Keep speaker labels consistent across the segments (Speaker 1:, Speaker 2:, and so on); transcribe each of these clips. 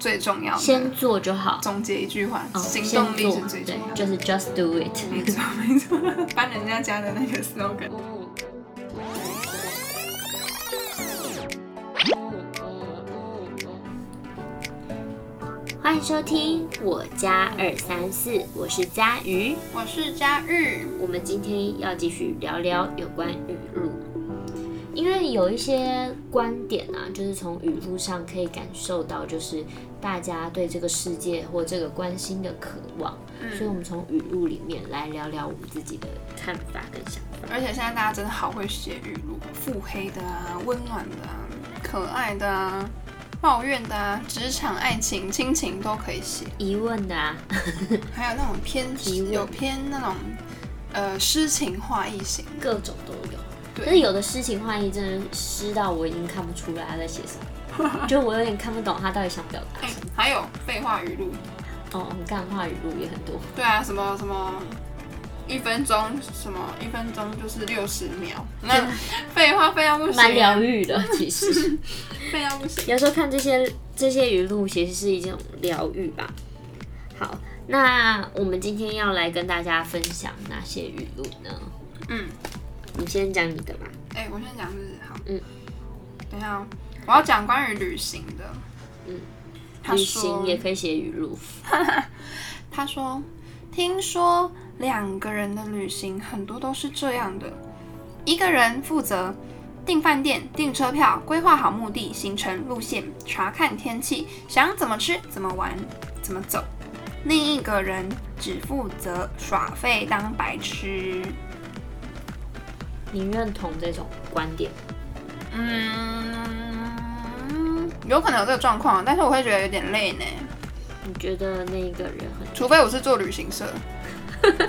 Speaker 1: 最重要的
Speaker 2: 先。做就好。
Speaker 1: 总结一句话，
Speaker 2: 哦，
Speaker 1: 行
Speaker 2: 先
Speaker 1: 动力
Speaker 2: 做
Speaker 1: 是，最重
Speaker 2: 对
Speaker 1: 要，的。
Speaker 2: 就是 just do it。
Speaker 1: 没错 没错，搬人家家的那个 slogan。
Speaker 2: 欢迎收听我家二三四，我是佳瑜。
Speaker 1: 我是佳玉，
Speaker 2: 我们今天要继续聊聊有关语录，因为有一些观点啊，就是从语录上可以感受到，就是大家对这个世界或这个关心的渴望。
Speaker 1: 嗯
Speaker 2: 所以，我们从语录里面来聊聊我们自己的看法跟想法。
Speaker 1: 而且现在大家真的好会写语录，腹黑的啊，温暖的啊，可爱的啊，抱怨的啊，职场、爱情、亲情都可以写，
Speaker 2: 疑问的啊，
Speaker 1: 还有那种偏
Speaker 2: 疑问
Speaker 1: 有偏那种呃诗情画意型的，
Speaker 2: 各种都有。
Speaker 1: 对
Speaker 2: 但是有的诗情画意真的诗到我已经看不出来他在写什 么，就我有点看不懂他到底想表达
Speaker 1: 哎
Speaker 2: 什么。
Speaker 1: 还有废话语录，
Speaker 2: 哦，干话语录也很多。
Speaker 1: 对啊，什么什么。一分钟什么？一分钟就是六十 秒，那废话废到不行啊，
Speaker 2: 蛮疗愈的，其 实
Speaker 1: 废到不行。
Speaker 2: 有时候看这些这些语录，其实是一种疗愈吧。好，那我们今天要来跟大家分享哪些语录呢？
Speaker 1: 嗯，
Speaker 2: 你先讲你的吧。
Speaker 1: 哎、我先讲日好，
Speaker 2: 嗯，
Speaker 1: 等一下哦，我要讲关于旅行的，
Speaker 2: 嗯，
Speaker 1: 他
Speaker 2: 旅
Speaker 1: 说
Speaker 2: 行也可以写语录，
Speaker 1: 他说，听说两个人的旅行很多都是这样的，一个人负责订饭店、订车票、规划好目的、行程路线、查看天气，想怎么吃、怎么玩、怎么走；另一个人只负责耍废当白痴。
Speaker 2: 你认同这种观点？
Speaker 1: 嗯，有可能有这个状况，啊但是我会觉得有点累呢。
Speaker 2: 你觉得那一个人很？
Speaker 1: 除非我是做旅行社，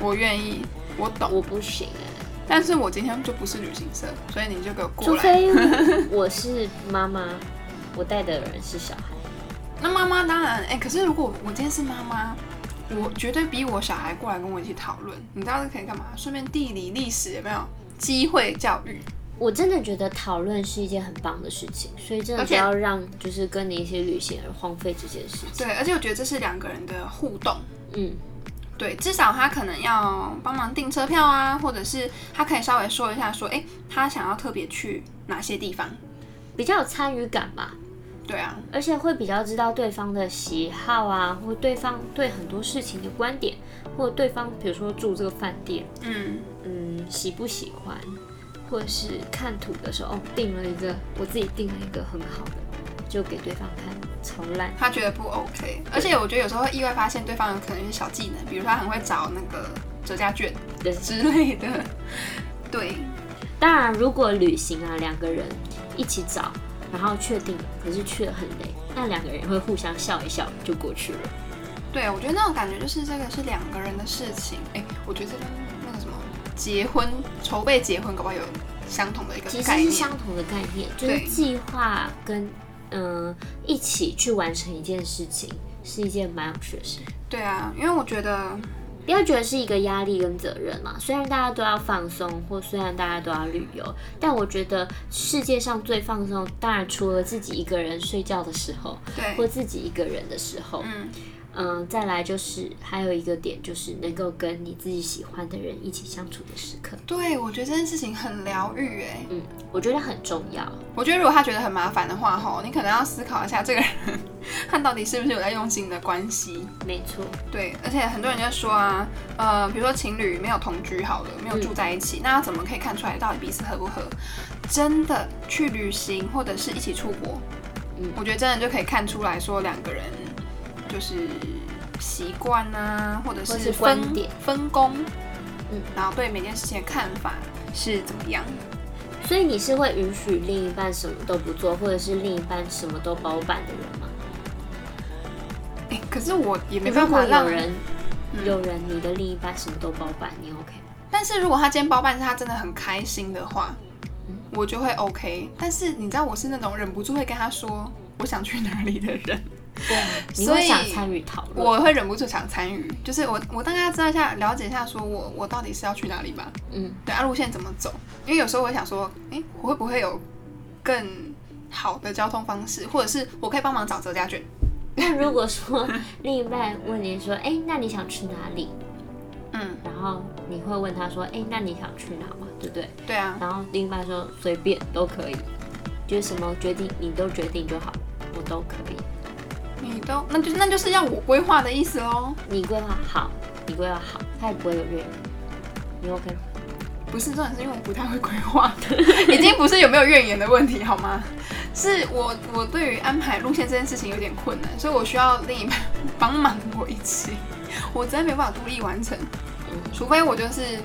Speaker 1: 我愿意，我懂。
Speaker 2: 我不行哎、
Speaker 1: 但是我今天就不是旅行社，所以你就给我过
Speaker 2: 除
Speaker 1: 来。
Speaker 2: 非我是妈妈，我带的人是小孩，
Speaker 1: 那妈妈当然，哎、可是如果我今天是妈妈，我绝对逼我小孩过来跟我一起讨论。你知道这可以干嘛？顺便地理、历史有没有机会教育？
Speaker 2: 我真的觉得讨论是一件很棒的事情，所以真的
Speaker 1: 而
Speaker 2: 不
Speaker 1: 且
Speaker 2: 要让就是跟你一起旅行而荒废这件事情。
Speaker 1: 对，而且我觉得这是两个人的互动。
Speaker 2: 嗯，
Speaker 1: 对，至少他可能要帮忙订车票啊，或者是他可以稍微说一下说，哎、他想要特别去哪些地方？
Speaker 2: 比较有参与感吧，
Speaker 1: 对啊，
Speaker 2: 而且会比较知道对方的喜好啊，或对方对很多事情的观点，或对方比如说住这个饭店，
Speaker 1: 嗯，
Speaker 2: 嗯，喜不喜欢，或者是看图的时候，哦，订了一个，我自己订了一个很好的，就给对方看，超烂。
Speaker 1: 他觉得不 OK，而且我觉得有时候会意外发现对方有可能有些小技能，比如说他很会找那个折价券
Speaker 2: 对
Speaker 1: 之类的。对，
Speaker 2: 当然，如果旅行啊，两个人一起找，然后确定，可是去了很累，那两个人会互相笑一笑就过去了。
Speaker 1: 对我觉得那种感觉就是这个是两个人的事情。哎，我觉得这跟那个什么结婚筹备结婚，搞不好有相同的一个
Speaker 2: 其实
Speaker 1: 概
Speaker 2: 是
Speaker 1: 念。
Speaker 2: 相同的概念，就
Speaker 1: 对
Speaker 2: 是计划跟嗯、一起去完成一件事情，是一件蛮有趣的事。
Speaker 1: 对啊，因为我觉得
Speaker 2: 不要觉得是一个压力跟责任嘛。虽然大家都要放松，或虽然大家都要旅游，但我觉得世界上最放松，当然除了自己一个人睡觉的时候，或
Speaker 1: 对，
Speaker 2: 自己一个人的时候，
Speaker 1: 嗯，
Speaker 2: 嗯，再来就是还有一个点，就是能够跟你自己喜欢的人一起相处的时刻，
Speaker 1: 对我觉得这件事情很疗愈哎、
Speaker 2: 嗯，我觉得很重要。
Speaker 1: 我觉得如果他觉得很麻烦的话，吼，你可能要思考一下这个人 他到底是不是有在用心的关系。
Speaker 2: 没错，
Speaker 1: 对，而且很多人就说啊，呃，比如说情侣没有同居好了，没有住在一
Speaker 2: 嗯
Speaker 1: 起，那怎么可以看出来到底彼此合不合？真的去旅行或者是一起出国，
Speaker 2: 嗯
Speaker 1: 我觉得真的就可以看出来说两个人就是习惯啊，或者
Speaker 2: 或
Speaker 1: 是
Speaker 2: 是
Speaker 1: 分
Speaker 2: 观点
Speaker 1: 分工，
Speaker 2: 嗯，
Speaker 1: 然后对每件事情的看法是怎么样？
Speaker 2: 所以你是会允许另一半什么都不做，或者是另一半什么都包办的人吗？
Speaker 1: 哎，可是我也没
Speaker 2: 如
Speaker 1: 办
Speaker 2: 果
Speaker 1: 法让
Speaker 2: 有人、
Speaker 1: 嗯
Speaker 2: 有人你的另一半什么都包办，你 OK 吗？
Speaker 1: 但是如果他今天包办是他真的很开心的话
Speaker 2: 嗯，
Speaker 1: 我就会 OK。但是你知道我是那种忍不住会跟他说我想去哪里的人，
Speaker 2: 对啊，你
Speaker 1: 所
Speaker 2: 会
Speaker 1: 以
Speaker 2: 想参与讨论。
Speaker 1: 我会忍不住想参与，就是我我大概知道一下了解一下，说我我到底是要去哪里吧，
Speaker 2: 嗯，
Speaker 1: 对啊路线怎么走，因为有时候我会想说，诶，我会不会有更好的交通方式，或者是我可以帮忙找折价券，
Speaker 2: 那如果说 另一半问你说，哎，那你想去哪里？
Speaker 1: 嗯，
Speaker 2: 然后你会问他说，哎，那你想去哪嘛？对不对？
Speaker 1: 对啊，
Speaker 2: 然后另一半说随便都可以，就是什么决定你都决定就好，我都可以。
Speaker 1: 你都那就那就是要我规划的意思喽，
Speaker 2: 你规划好，你规划好，他也不会有怨言。你 OK？吗
Speaker 1: 不是重点是因为我不太会规划， 已经不是有没有怨言的问题好吗？是我我对于安排路线这件事情有点困难，所以我需要另一半帮忙我一起，我真的没办法独立完成，
Speaker 2: 嗯，
Speaker 1: 除非我就是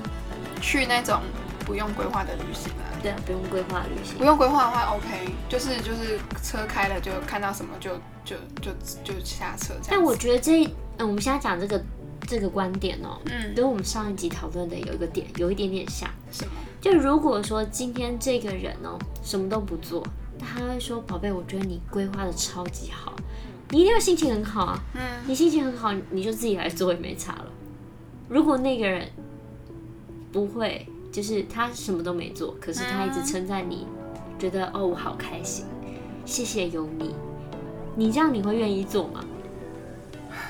Speaker 1: 去那种不用规划的旅行啊。
Speaker 2: 对啊，不用规划旅行
Speaker 1: 不。用规划的话，OK，就是就是车开了就看到什么就就就就下车这样子。
Speaker 2: 但我觉得这，嗯，我们现在讲这个这个观点哦，
Speaker 1: 嗯，
Speaker 2: 跟我们上一集讨论的有一个点，有一点点像。
Speaker 1: 什么？
Speaker 2: 就如果说今天这个人哦什么都不做，那他会说：“宝贝，我觉得你规划的超级好，你一定要心情很好啊！
Speaker 1: 嗯，
Speaker 2: 你心情很好，你就自己来做也没差了。”如果那个人不会，就是他什么都没做，可是他一直称赞你，觉得哦我好开心，谢谢有你，你这样你会愿意做吗？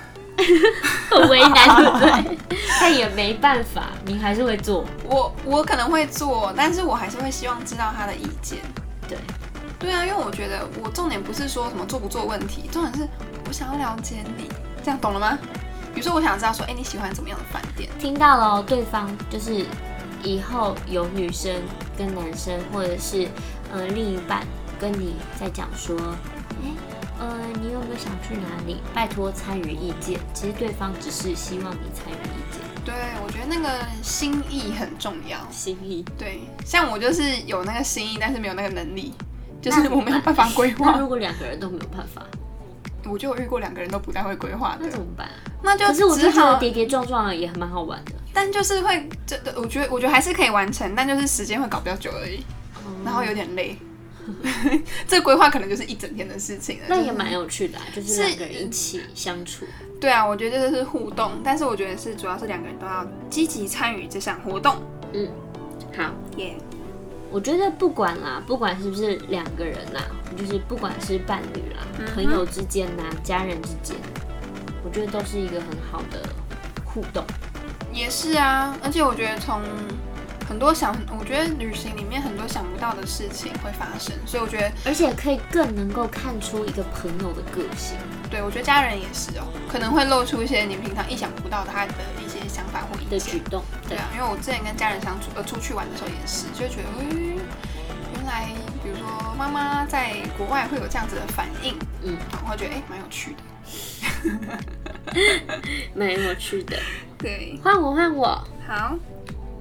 Speaker 2: 很为难，对不对？但也没办法，你还是会做，
Speaker 1: 我我可能会做，但是我还是会希望知道他的意见。
Speaker 2: 对。
Speaker 1: 对啊，因为我觉得我重点不是说什么做不做问题，重点是我想要了解你，这样懂了吗？比如说，我想知道说，哎，你喜欢怎么样的饭店？
Speaker 2: 听到了哦，对方就是以后有女生跟男生，或者是呃另一半跟你在讲说，哎，呃，你有没有想去哪里？拜托参与意见。其实对方只是希望你参与意见，
Speaker 1: 对，我觉得那个心意很重要。
Speaker 2: 心意。
Speaker 1: 对，像我就是有那个心意，但是没有那个能力，就是
Speaker 2: 那
Speaker 1: 我没有办法规
Speaker 2: 那
Speaker 1: 划。
Speaker 2: 如果两个人都没有办法，
Speaker 1: 我就有遇过两个人都不太会规划的
Speaker 2: 那，怎么办啊？
Speaker 1: 那就
Speaker 2: 可是我
Speaker 1: 只
Speaker 2: 就觉
Speaker 1: 好
Speaker 2: 得跌跌撞撞也蛮好玩的。
Speaker 1: 但就是会，这这我觉得我觉得还是可以完成，但就是时间会搞比较久而已，然
Speaker 2: 嗯
Speaker 1: 后有点 累。 这规划可能就是一整天的事情了。
Speaker 2: 那
Speaker 1: 就是
Speaker 2: 也蛮有趣的、啊，就是
Speaker 1: 是
Speaker 2: 两个人一起相处。
Speaker 1: 对啊，我觉得这是互动，但是我觉得是主要是两个人都要积极参与这项活动。
Speaker 2: 嗯，好。
Speaker 1: 耶、
Speaker 2: 我觉得不管啦，不管是不是两个人啦，就是不管是伴侣啦、
Speaker 1: 嗯哼
Speaker 2: 朋友之间呐、家人之间，我觉得都是一个很好的互动。
Speaker 1: 也是啊，而且我觉得从很多想，我觉得旅行里面很多想不到的事情会发生，所以我觉得，
Speaker 2: 而且可以更能够看出一个朋友的个性，
Speaker 1: 对我觉得家人也是哦，可能会露出一些你平常意想不到的他的一些想法或
Speaker 2: 的
Speaker 1: 意见
Speaker 2: 举。动，
Speaker 1: 对
Speaker 2: 对，
Speaker 1: 啊，因为我之前跟家人相处，呃，出去玩的时候也是，就觉得，嗯，原来比如说妈妈在国外会有这样子的反应，
Speaker 2: 嗯，
Speaker 1: 然后觉得哎，蛮、有趣的。
Speaker 2: 蛮有趣的。
Speaker 1: 对，
Speaker 2: 换我，换我，
Speaker 1: 好，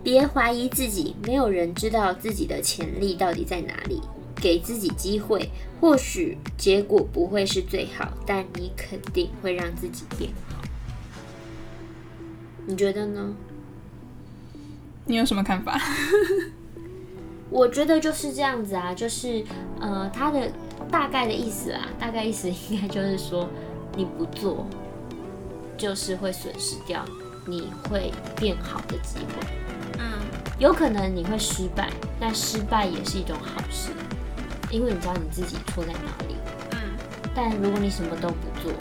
Speaker 2: 别怀疑自己，没有人知道自己的潜力到底在哪里。给自己机会，或许结果不会是最好，但你肯定会让自己变好。你觉得呢？
Speaker 1: 你有什么看法？
Speaker 2: 我觉得就是这样子啊，就是呃，他的大概的意思啊，大概意思应该就是说，你不做，就是会损失掉你会变好的机会。
Speaker 1: 嗯，
Speaker 2: 有可能你会失败，但失败也是一种好事，因为你知道你自己错在哪里。
Speaker 1: 嗯，
Speaker 2: 但如果你什么都不做，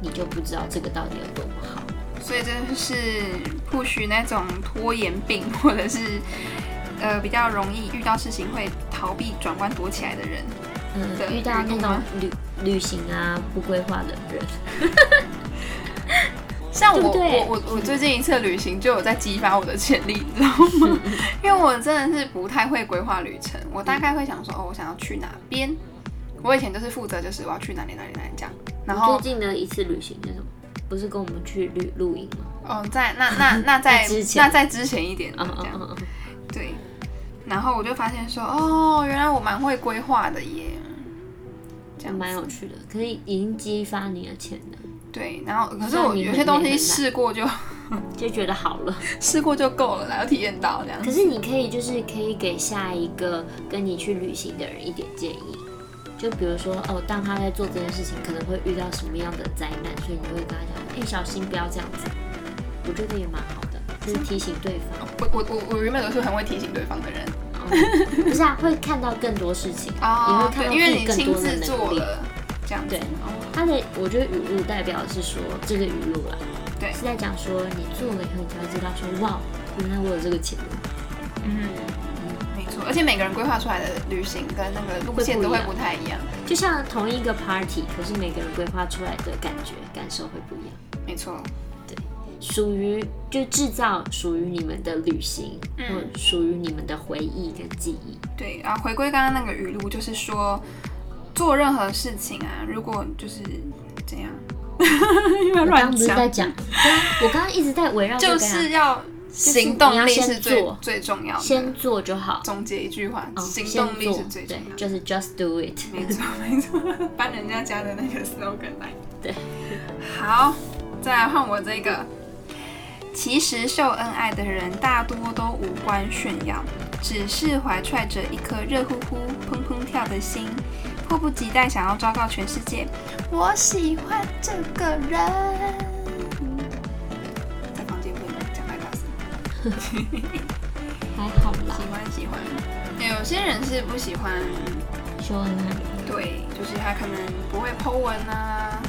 Speaker 2: 你就不知道这个到底有多么好。
Speaker 1: 所以这就是不许那种拖延病，或者是呃比较容易遇到事情会逃避、转弯躲起来的人。对
Speaker 2: 嗯，遇到那
Speaker 1: 有吗
Speaker 2: 种旅旅行啊不规划的人，
Speaker 1: 像我
Speaker 2: 对不对
Speaker 1: 我我我最近一次旅行就有在激发我的潜力，你知道吗？因为我真的是不太会规划旅程，我大概会想说，哦，我想要去哪边。我以前就是负责就是我要去哪里哪里哪里这样，然后
Speaker 2: 最近的一次旅行是什么？不是跟我们去旅露营吗？
Speaker 1: 哦，在那那那在
Speaker 2: 在之前
Speaker 1: 那在之前一点这
Speaker 2: 嗯嗯
Speaker 1: 样
Speaker 2: 嗯嗯，
Speaker 1: 对，然后我就发现说，哦，原来我蛮会规划的耶，这
Speaker 2: 嗯
Speaker 1: 样
Speaker 2: 蛮
Speaker 1: 子
Speaker 2: 有趣的，可以已经激发你的潜能，
Speaker 1: 对，然后可是
Speaker 2: 虽然
Speaker 1: 我
Speaker 2: 你
Speaker 1: 有
Speaker 2: 很
Speaker 1: 些东
Speaker 2: 累
Speaker 1: 西
Speaker 2: 很
Speaker 1: 试过就
Speaker 2: 就觉得好了。
Speaker 1: 试过就够了啦，要体验到这样
Speaker 2: 可。是你可以就是可以给下一个跟你去旅行的人一点建议，就比如说哦，当他在做这件事情，可能会遇到什么样的灾难，所以你会跟他讲，哎、小心不要这样子。我觉得也蛮好的，就是提醒对方。
Speaker 1: 我我我我原本都是很会提醒对方的人，
Speaker 2: 哦、不是啊，会看到更多事情，也
Speaker 1: 哦
Speaker 2: 会，
Speaker 1: 对，
Speaker 2: 看到
Speaker 1: 因
Speaker 2: 自
Speaker 1: 为
Speaker 2: 己
Speaker 1: 你
Speaker 2: 更
Speaker 1: 亲
Speaker 2: 多的
Speaker 1: 自做
Speaker 2: 能力。
Speaker 1: 了，这样子。
Speaker 2: 对
Speaker 1: 哦
Speaker 2: 它的我觉得语录代表的是说这个语录啦，
Speaker 1: 对
Speaker 2: 是在讲说你做了以后，你才会知道说哇，原来我有这个潜能，
Speaker 1: 嗯，没错，而且每个人规划出来的旅行跟那个路线都会不太一样，
Speaker 2: 就像同一个 party，可是每个人规划出来的感觉感受会不一样。
Speaker 1: 没错，
Speaker 2: 属于就制造属于你们的旅行，
Speaker 1: 嗯
Speaker 2: 或属于你们的回忆跟记忆。
Speaker 1: 对。然后回归刚刚那个语录，就是说做任何事情啊，如果就是怎样， 又要
Speaker 2: 我刚刚
Speaker 1: 乱
Speaker 2: 不是在
Speaker 1: 讲，
Speaker 2: 讲，对啊我刚刚一直在围绕这个
Speaker 1: 就
Speaker 2: 啊
Speaker 1: 是要
Speaker 2: 是
Speaker 1: 行动力
Speaker 2: 你要
Speaker 1: 是
Speaker 2: 先
Speaker 1: 最
Speaker 2: 做
Speaker 1: 最重要的
Speaker 2: 先。做就好，
Speaker 1: 总结一句话，
Speaker 2: 嗯，
Speaker 1: 行
Speaker 2: 先
Speaker 1: 动力
Speaker 2: 做
Speaker 1: 是，最重
Speaker 2: 对
Speaker 1: 要，的。
Speaker 2: 就是 just do it。
Speaker 1: 没错没错，搬人家家的那个 slogan 来。
Speaker 2: 对，
Speaker 1: 好，再来换我这个。其实秀恩爱的人大多都无关炫耀，只是怀揣着一颗热乎乎、砰砰跳的心，迫不及待想要昭告全世界：“我喜欢这个人。”在房间不能讲太大声。
Speaker 2: 还好啦，
Speaker 1: 喜欢喜欢，有些人是不喜欢
Speaker 2: 秀恩爱。
Speaker 1: 对，就是他可能不会 Po 文啊，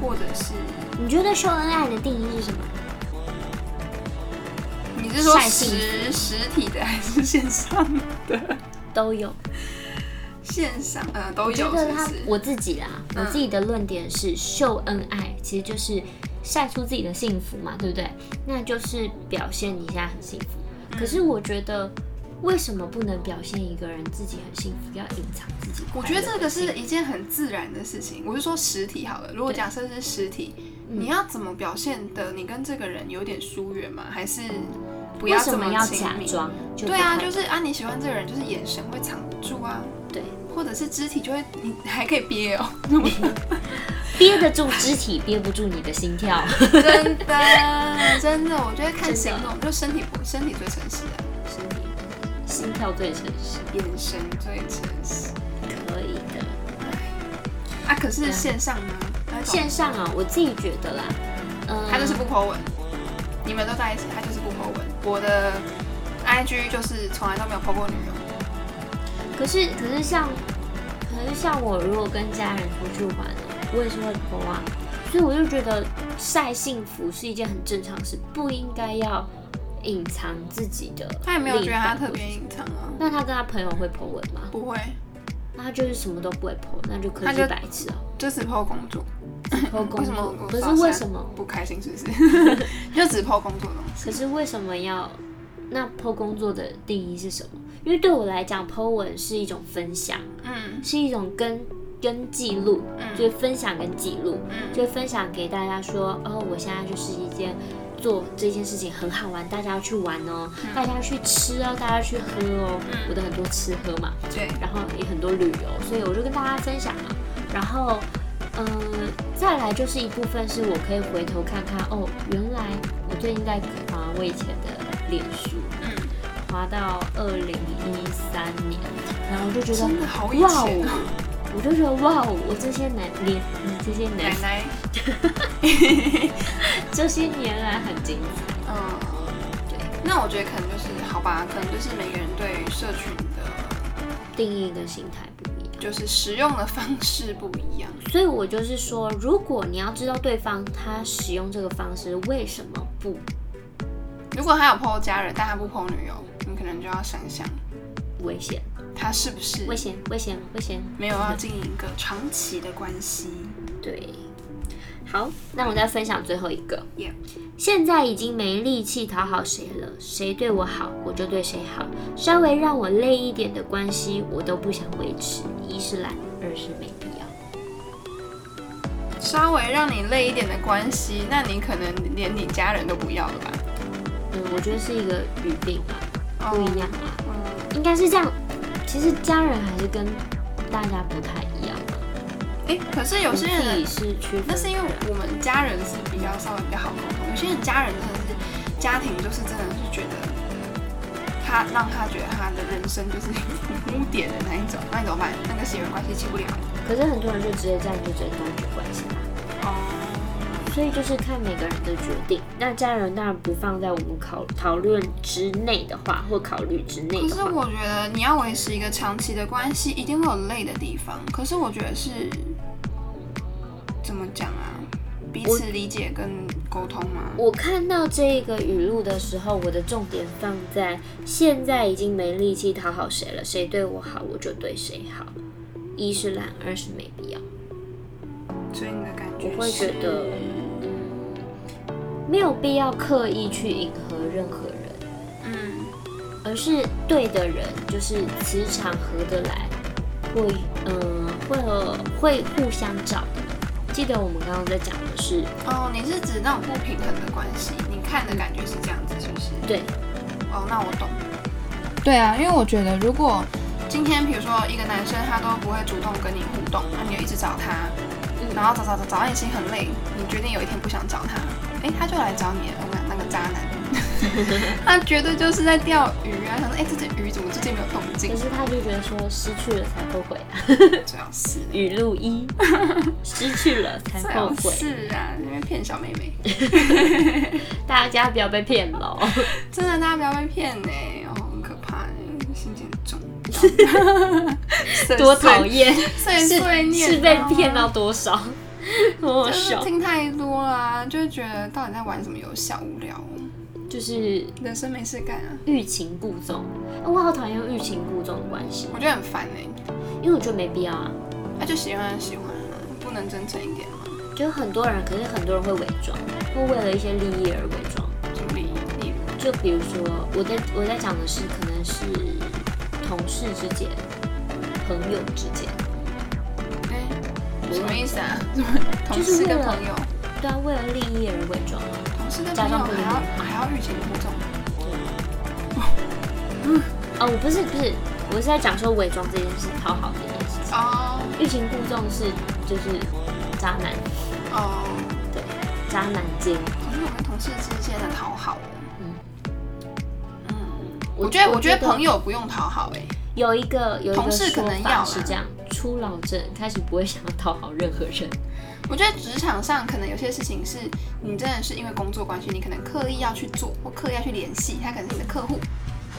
Speaker 1: 或者是
Speaker 2: 你觉得秀恩爱的定义是什么？
Speaker 1: 你是说
Speaker 2: 晒幸
Speaker 1: 实实体的还是线上的？
Speaker 2: 都有，
Speaker 1: 线上呃都
Speaker 2: 我觉
Speaker 1: 有，
Speaker 2: 得
Speaker 1: 是不
Speaker 2: 他
Speaker 1: 是？
Speaker 2: 我自己啦，我
Speaker 1: 嗯
Speaker 2: 自己的论点是秀恩爱，其实就是晒出自己的幸福嘛，对不对？那就是表现你现在很幸福。可
Speaker 1: 嗯
Speaker 2: 是我觉得，为什么不能表现一个人自己很幸福，要隐藏自己？
Speaker 1: 我觉得这个是一件很自然的事情。我是说实体好了，如果
Speaker 2: 对
Speaker 1: 假设是实体，
Speaker 2: 嗯
Speaker 1: 你要怎么表现的？你跟这个人有点疏远吗？还是不
Speaker 2: 为
Speaker 1: 要
Speaker 2: 什
Speaker 1: 这
Speaker 2: 么要
Speaker 1: 亲
Speaker 2: 假
Speaker 1: 密？
Speaker 2: 装？就
Speaker 1: 对啊，
Speaker 2: 不太
Speaker 1: 就是啊，你喜欢这个人，就是眼神会藏不住啊，
Speaker 2: 对，
Speaker 1: 或者是肢体就会，你还可以憋哦，
Speaker 2: 憋得住肢体，憋不住你的心 跳。
Speaker 1: 真的，真的，我觉得看
Speaker 2: 真的
Speaker 1: 行动，就身体不身体最诚实啊，
Speaker 2: 身体心跳最诚实，
Speaker 1: 眼神最诚实
Speaker 2: 可以的。
Speaker 1: 啊。可是线上呢？那种
Speaker 2: 线上啊，我自己觉得啦，嗯，
Speaker 1: 他就是不 po 文，你们都在一起，他就是不 po 文。我的 IG 就是从来都没有 po 过女友，
Speaker 2: 可是可是像，可是像我如果跟家人出去玩，我也是会渴望，所以我就觉得晒幸福是一件很正常的事，不应该要隐藏自己的。
Speaker 1: 他也没有觉得他特别。隐藏啊，
Speaker 2: 那他跟他朋友会 po 文吗？
Speaker 1: 不会，
Speaker 2: 那他就是什么都不会 po，那就可
Speaker 1: 他
Speaker 2: 以
Speaker 1: 就
Speaker 2: 白痴 哦、
Speaker 1: 就只 po 工作。
Speaker 2: po
Speaker 1: 为
Speaker 2: 工
Speaker 1: 什么
Speaker 2: 作
Speaker 1: 我
Speaker 2: 可
Speaker 1: 到现
Speaker 2: 是
Speaker 1: 在
Speaker 2: 为什么？
Speaker 1: 不开心？是不是？就只 po 工作的东西。
Speaker 2: 可是为什么要？那 po 工作的定义是什么？因为对我来讲，po 文是一种分享，
Speaker 1: 嗯
Speaker 2: 是一种跟跟记录，就
Speaker 1: 嗯
Speaker 2: 是分享跟记录。
Speaker 1: 嗯，
Speaker 2: 就分享给大家说，哦，我现在就是一件做这件事情很好玩，大家要去玩哦，大家要去吃哦，大家要去喝哦，
Speaker 1: 嗯
Speaker 2: 我的很多吃喝嘛，
Speaker 1: 对，
Speaker 2: 然后也很多旅游，所以我就跟大家分享嘛，然后，嗯、再来就是一部分是我可以回头看看，哦，原来我最近在划我以前的脸书，
Speaker 1: 嗯，
Speaker 2: 划到二零一三年，然后我就觉得
Speaker 1: 真的好以
Speaker 2: 哇
Speaker 1: 前哦
Speaker 2: 哦。我就觉得哇哦，我这些男年，嗯这些男
Speaker 1: 奶奶，
Speaker 2: 这些年来很精彩，
Speaker 1: 嗯，
Speaker 2: 对，
Speaker 1: 那我觉得可能就是好吧，可能就是每个人对社群的，
Speaker 2: 定义跟心态不一样。
Speaker 1: 就是使用的方式不一样。
Speaker 2: 所以我就是说，如果你要知道对方他使用这个方式为什么不，
Speaker 1: 如果他有 PO 家人，但他不 PO 女友，你可能就要想想
Speaker 2: 危险，
Speaker 1: 他是不是
Speaker 2: 危险，危险，危险，
Speaker 1: 没有要经营一个长期的关系。
Speaker 2: 对。好，那我再分享最后一个。
Speaker 1: Yeah
Speaker 2: 现在已经没力气讨好谁了，谁对我好，我就对谁好。稍微让我累一点的关系，我都不想维持。一是懒，二是没必要。
Speaker 1: 稍微让你累一点的关系，那你可能连你家人都不要了吧？
Speaker 2: 嗯，我觉得是一个语病吧，
Speaker 1: 哦
Speaker 2: 不一样啊。
Speaker 1: 嗯，
Speaker 2: 应该是这样。其实家人还是跟大家不太一样，
Speaker 1: 哎、可是有些
Speaker 2: 自
Speaker 1: 人
Speaker 2: 己，是区分。
Speaker 1: 那是因为我们家人是比较稍微比较好沟通，有些人家人真的是家庭就是真的是觉得他让他觉得他的人生就是 污点的那一种，那你怎么办？那个血缘关系起不了。
Speaker 2: 可是很多人就直接这样就直接断绝关系啦。
Speaker 1: 哦，
Speaker 2: 所以就是看每个人的决定。那家人当然不放在我们考讨论之内的话，或考虑之内
Speaker 1: 可
Speaker 2: 的
Speaker 1: 是
Speaker 2: 话，
Speaker 1: 我觉得你要维持一个长期的关系，一定会有累的地方。可是我觉得是，怎么讲啊？彼此理解跟沟通吗？
Speaker 2: 我看到这个语录的时候，我的重点放在现在已经没力气讨好谁了，谁对我好我就对谁好。一是懒，二是没必要。
Speaker 1: 所以你的感觉
Speaker 2: 我会
Speaker 1: 是
Speaker 2: 觉得没有必要刻意去迎合任何人，
Speaker 1: 嗯，
Speaker 2: 而是对的人，就是磁场合得来，会嗯、会和会互相找的。记得我们刚刚在讲的是，
Speaker 1: 哦，你是指那种不平衡的关系？你看的感觉是这样子，是不是？
Speaker 2: 对，
Speaker 1: 哦，那我懂。
Speaker 3: 对啊，因为我觉得如果
Speaker 1: 今天比如说一个男生他都不会主动跟你互动，那你就一直找他，
Speaker 2: 嗯
Speaker 1: 然后找找找找到你心很累，你决定有一天不想找他，哎，他就来找你了，我跟你讲那个渣 男。他绝对就是在钓鱼啊！想说，哎、这只鱼怎么最近没有动静
Speaker 2: 可？是他就觉得说失去了才后悔啊。
Speaker 1: 主要是，
Speaker 2: 语录一，失去了才
Speaker 1: 最
Speaker 2: 后
Speaker 1: 好
Speaker 2: 悔。
Speaker 1: 是啊，因为骗小妹 妹，
Speaker 2: 大家不要被骗喽。
Speaker 1: 真的大家不要被骗呢、哦，很可怕、欸，心机很重，
Speaker 2: 多讨厌，
Speaker 1: 碎
Speaker 2: 是
Speaker 1: 碎念
Speaker 2: 是被
Speaker 1: 啊
Speaker 2: 骗到多少？好好
Speaker 1: 就是
Speaker 2: 笑，
Speaker 1: 听太多啦、就会觉得到底在玩什么游戏，好无聊、哦，
Speaker 2: 就是
Speaker 1: 人生没事干啊，
Speaker 2: 欲擒故纵。啊我好讨厌欲擒故纵的关系，
Speaker 1: 我觉得很烦哎、
Speaker 2: 因为我觉得没必要啊。
Speaker 1: 他、就喜欢喜欢啊，不能真诚一点吗？
Speaker 2: 就很多人，可是很多人会伪装，会为了一些利益而伪装。
Speaker 1: 就例例如，
Speaker 2: 就比如说，我在我在讲的是，可能是同事之间、朋友之间，
Speaker 1: 哎、
Speaker 2: 我
Speaker 1: 什么意思啊？什么同
Speaker 2: 就是
Speaker 1: 事
Speaker 2: 为
Speaker 1: 跟
Speaker 2: 了
Speaker 1: 朋友，
Speaker 2: 对啊，为了利益而伪装啊。
Speaker 1: 同事跟
Speaker 2: 假
Speaker 1: 朋友
Speaker 2: 装不理
Speaker 1: 还要还要欲擒故纵，
Speaker 2: 哦，我不是不是，我是在讲说伪装这件事，讨好这件事情。
Speaker 1: 哦
Speaker 2: 欲擒故纵是就是渣男，
Speaker 1: 哦。
Speaker 2: 对，渣男精。
Speaker 1: 可是我跟同事之间的讨好，嗯
Speaker 2: 嗯
Speaker 1: 我觉得我觉得朋友不用讨好哎、
Speaker 2: 有一个有一
Speaker 1: 同
Speaker 2: 个
Speaker 1: 事可
Speaker 2: 说
Speaker 1: 能要
Speaker 2: 法
Speaker 1: 啦
Speaker 2: 是这样，初老症开始不会想要讨好任何人，
Speaker 1: 我觉得职场上可能有些事情是你真的是因为工作关系，你可能刻意要去做或刻意要去联系，他可能是你的客户、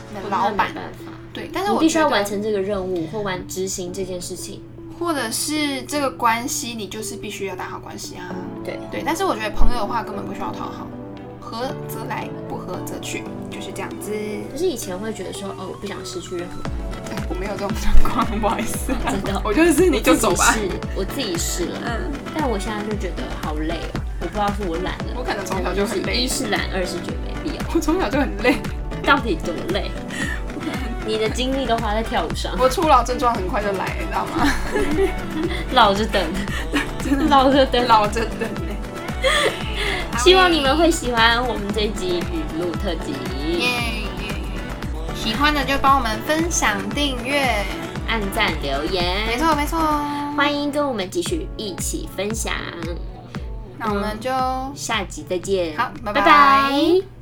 Speaker 1: 你的
Speaker 2: 那
Speaker 1: 老
Speaker 2: 没
Speaker 1: 板，
Speaker 2: 办法，
Speaker 1: 对。但是
Speaker 2: 你
Speaker 1: 我
Speaker 2: 必须
Speaker 1: 觉
Speaker 2: 要
Speaker 1: 得，
Speaker 2: 完成这个任务或完执行这件事情。
Speaker 1: 或者是这个关系，你就是必须要打好关系啊。
Speaker 2: 对
Speaker 1: 对，但是我觉得朋友的话根本不需要讨好，合则来，不合则去，就是这样 子。
Speaker 2: 可是以前会觉得说，哦，我不想失去任何人，
Speaker 1: 哎我没有这种状况，不好意思、
Speaker 2: 真的
Speaker 1: 我就是 你就走吧
Speaker 2: 我。自己是，我自己是了。
Speaker 1: 嗯，
Speaker 2: 但我现在就觉得好累哦，我不知道是我懒
Speaker 1: 我
Speaker 2: 了，
Speaker 1: 可能从小就很
Speaker 2: 是
Speaker 1: 累
Speaker 2: 一，是懒，二是觉得没必要，
Speaker 1: 我从小就很累，
Speaker 2: 到底多 累？你的精力都花在跳舞上，
Speaker 1: 我初老症状很快就来了，你知道吗？
Speaker 2: 老着等， 老着等。
Speaker 1: 老着等呢。
Speaker 2: 希望你们会喜欢我们这一集语录特辑，
Speaker 1: 耶耶耶！喜欢的就帮我们分享、订阅，
Speaker 2: 按赞留
Speaker 1: 没
Speaker 2: 言，
Speaker 1: 错没错。
Speaker 2: 欢迎跟我们继续一起分享，
Speaker 1: 那我们就
Speaker 2: 下集再见，
Speaker 1: 好拜拜
Speaker 2: 拜拜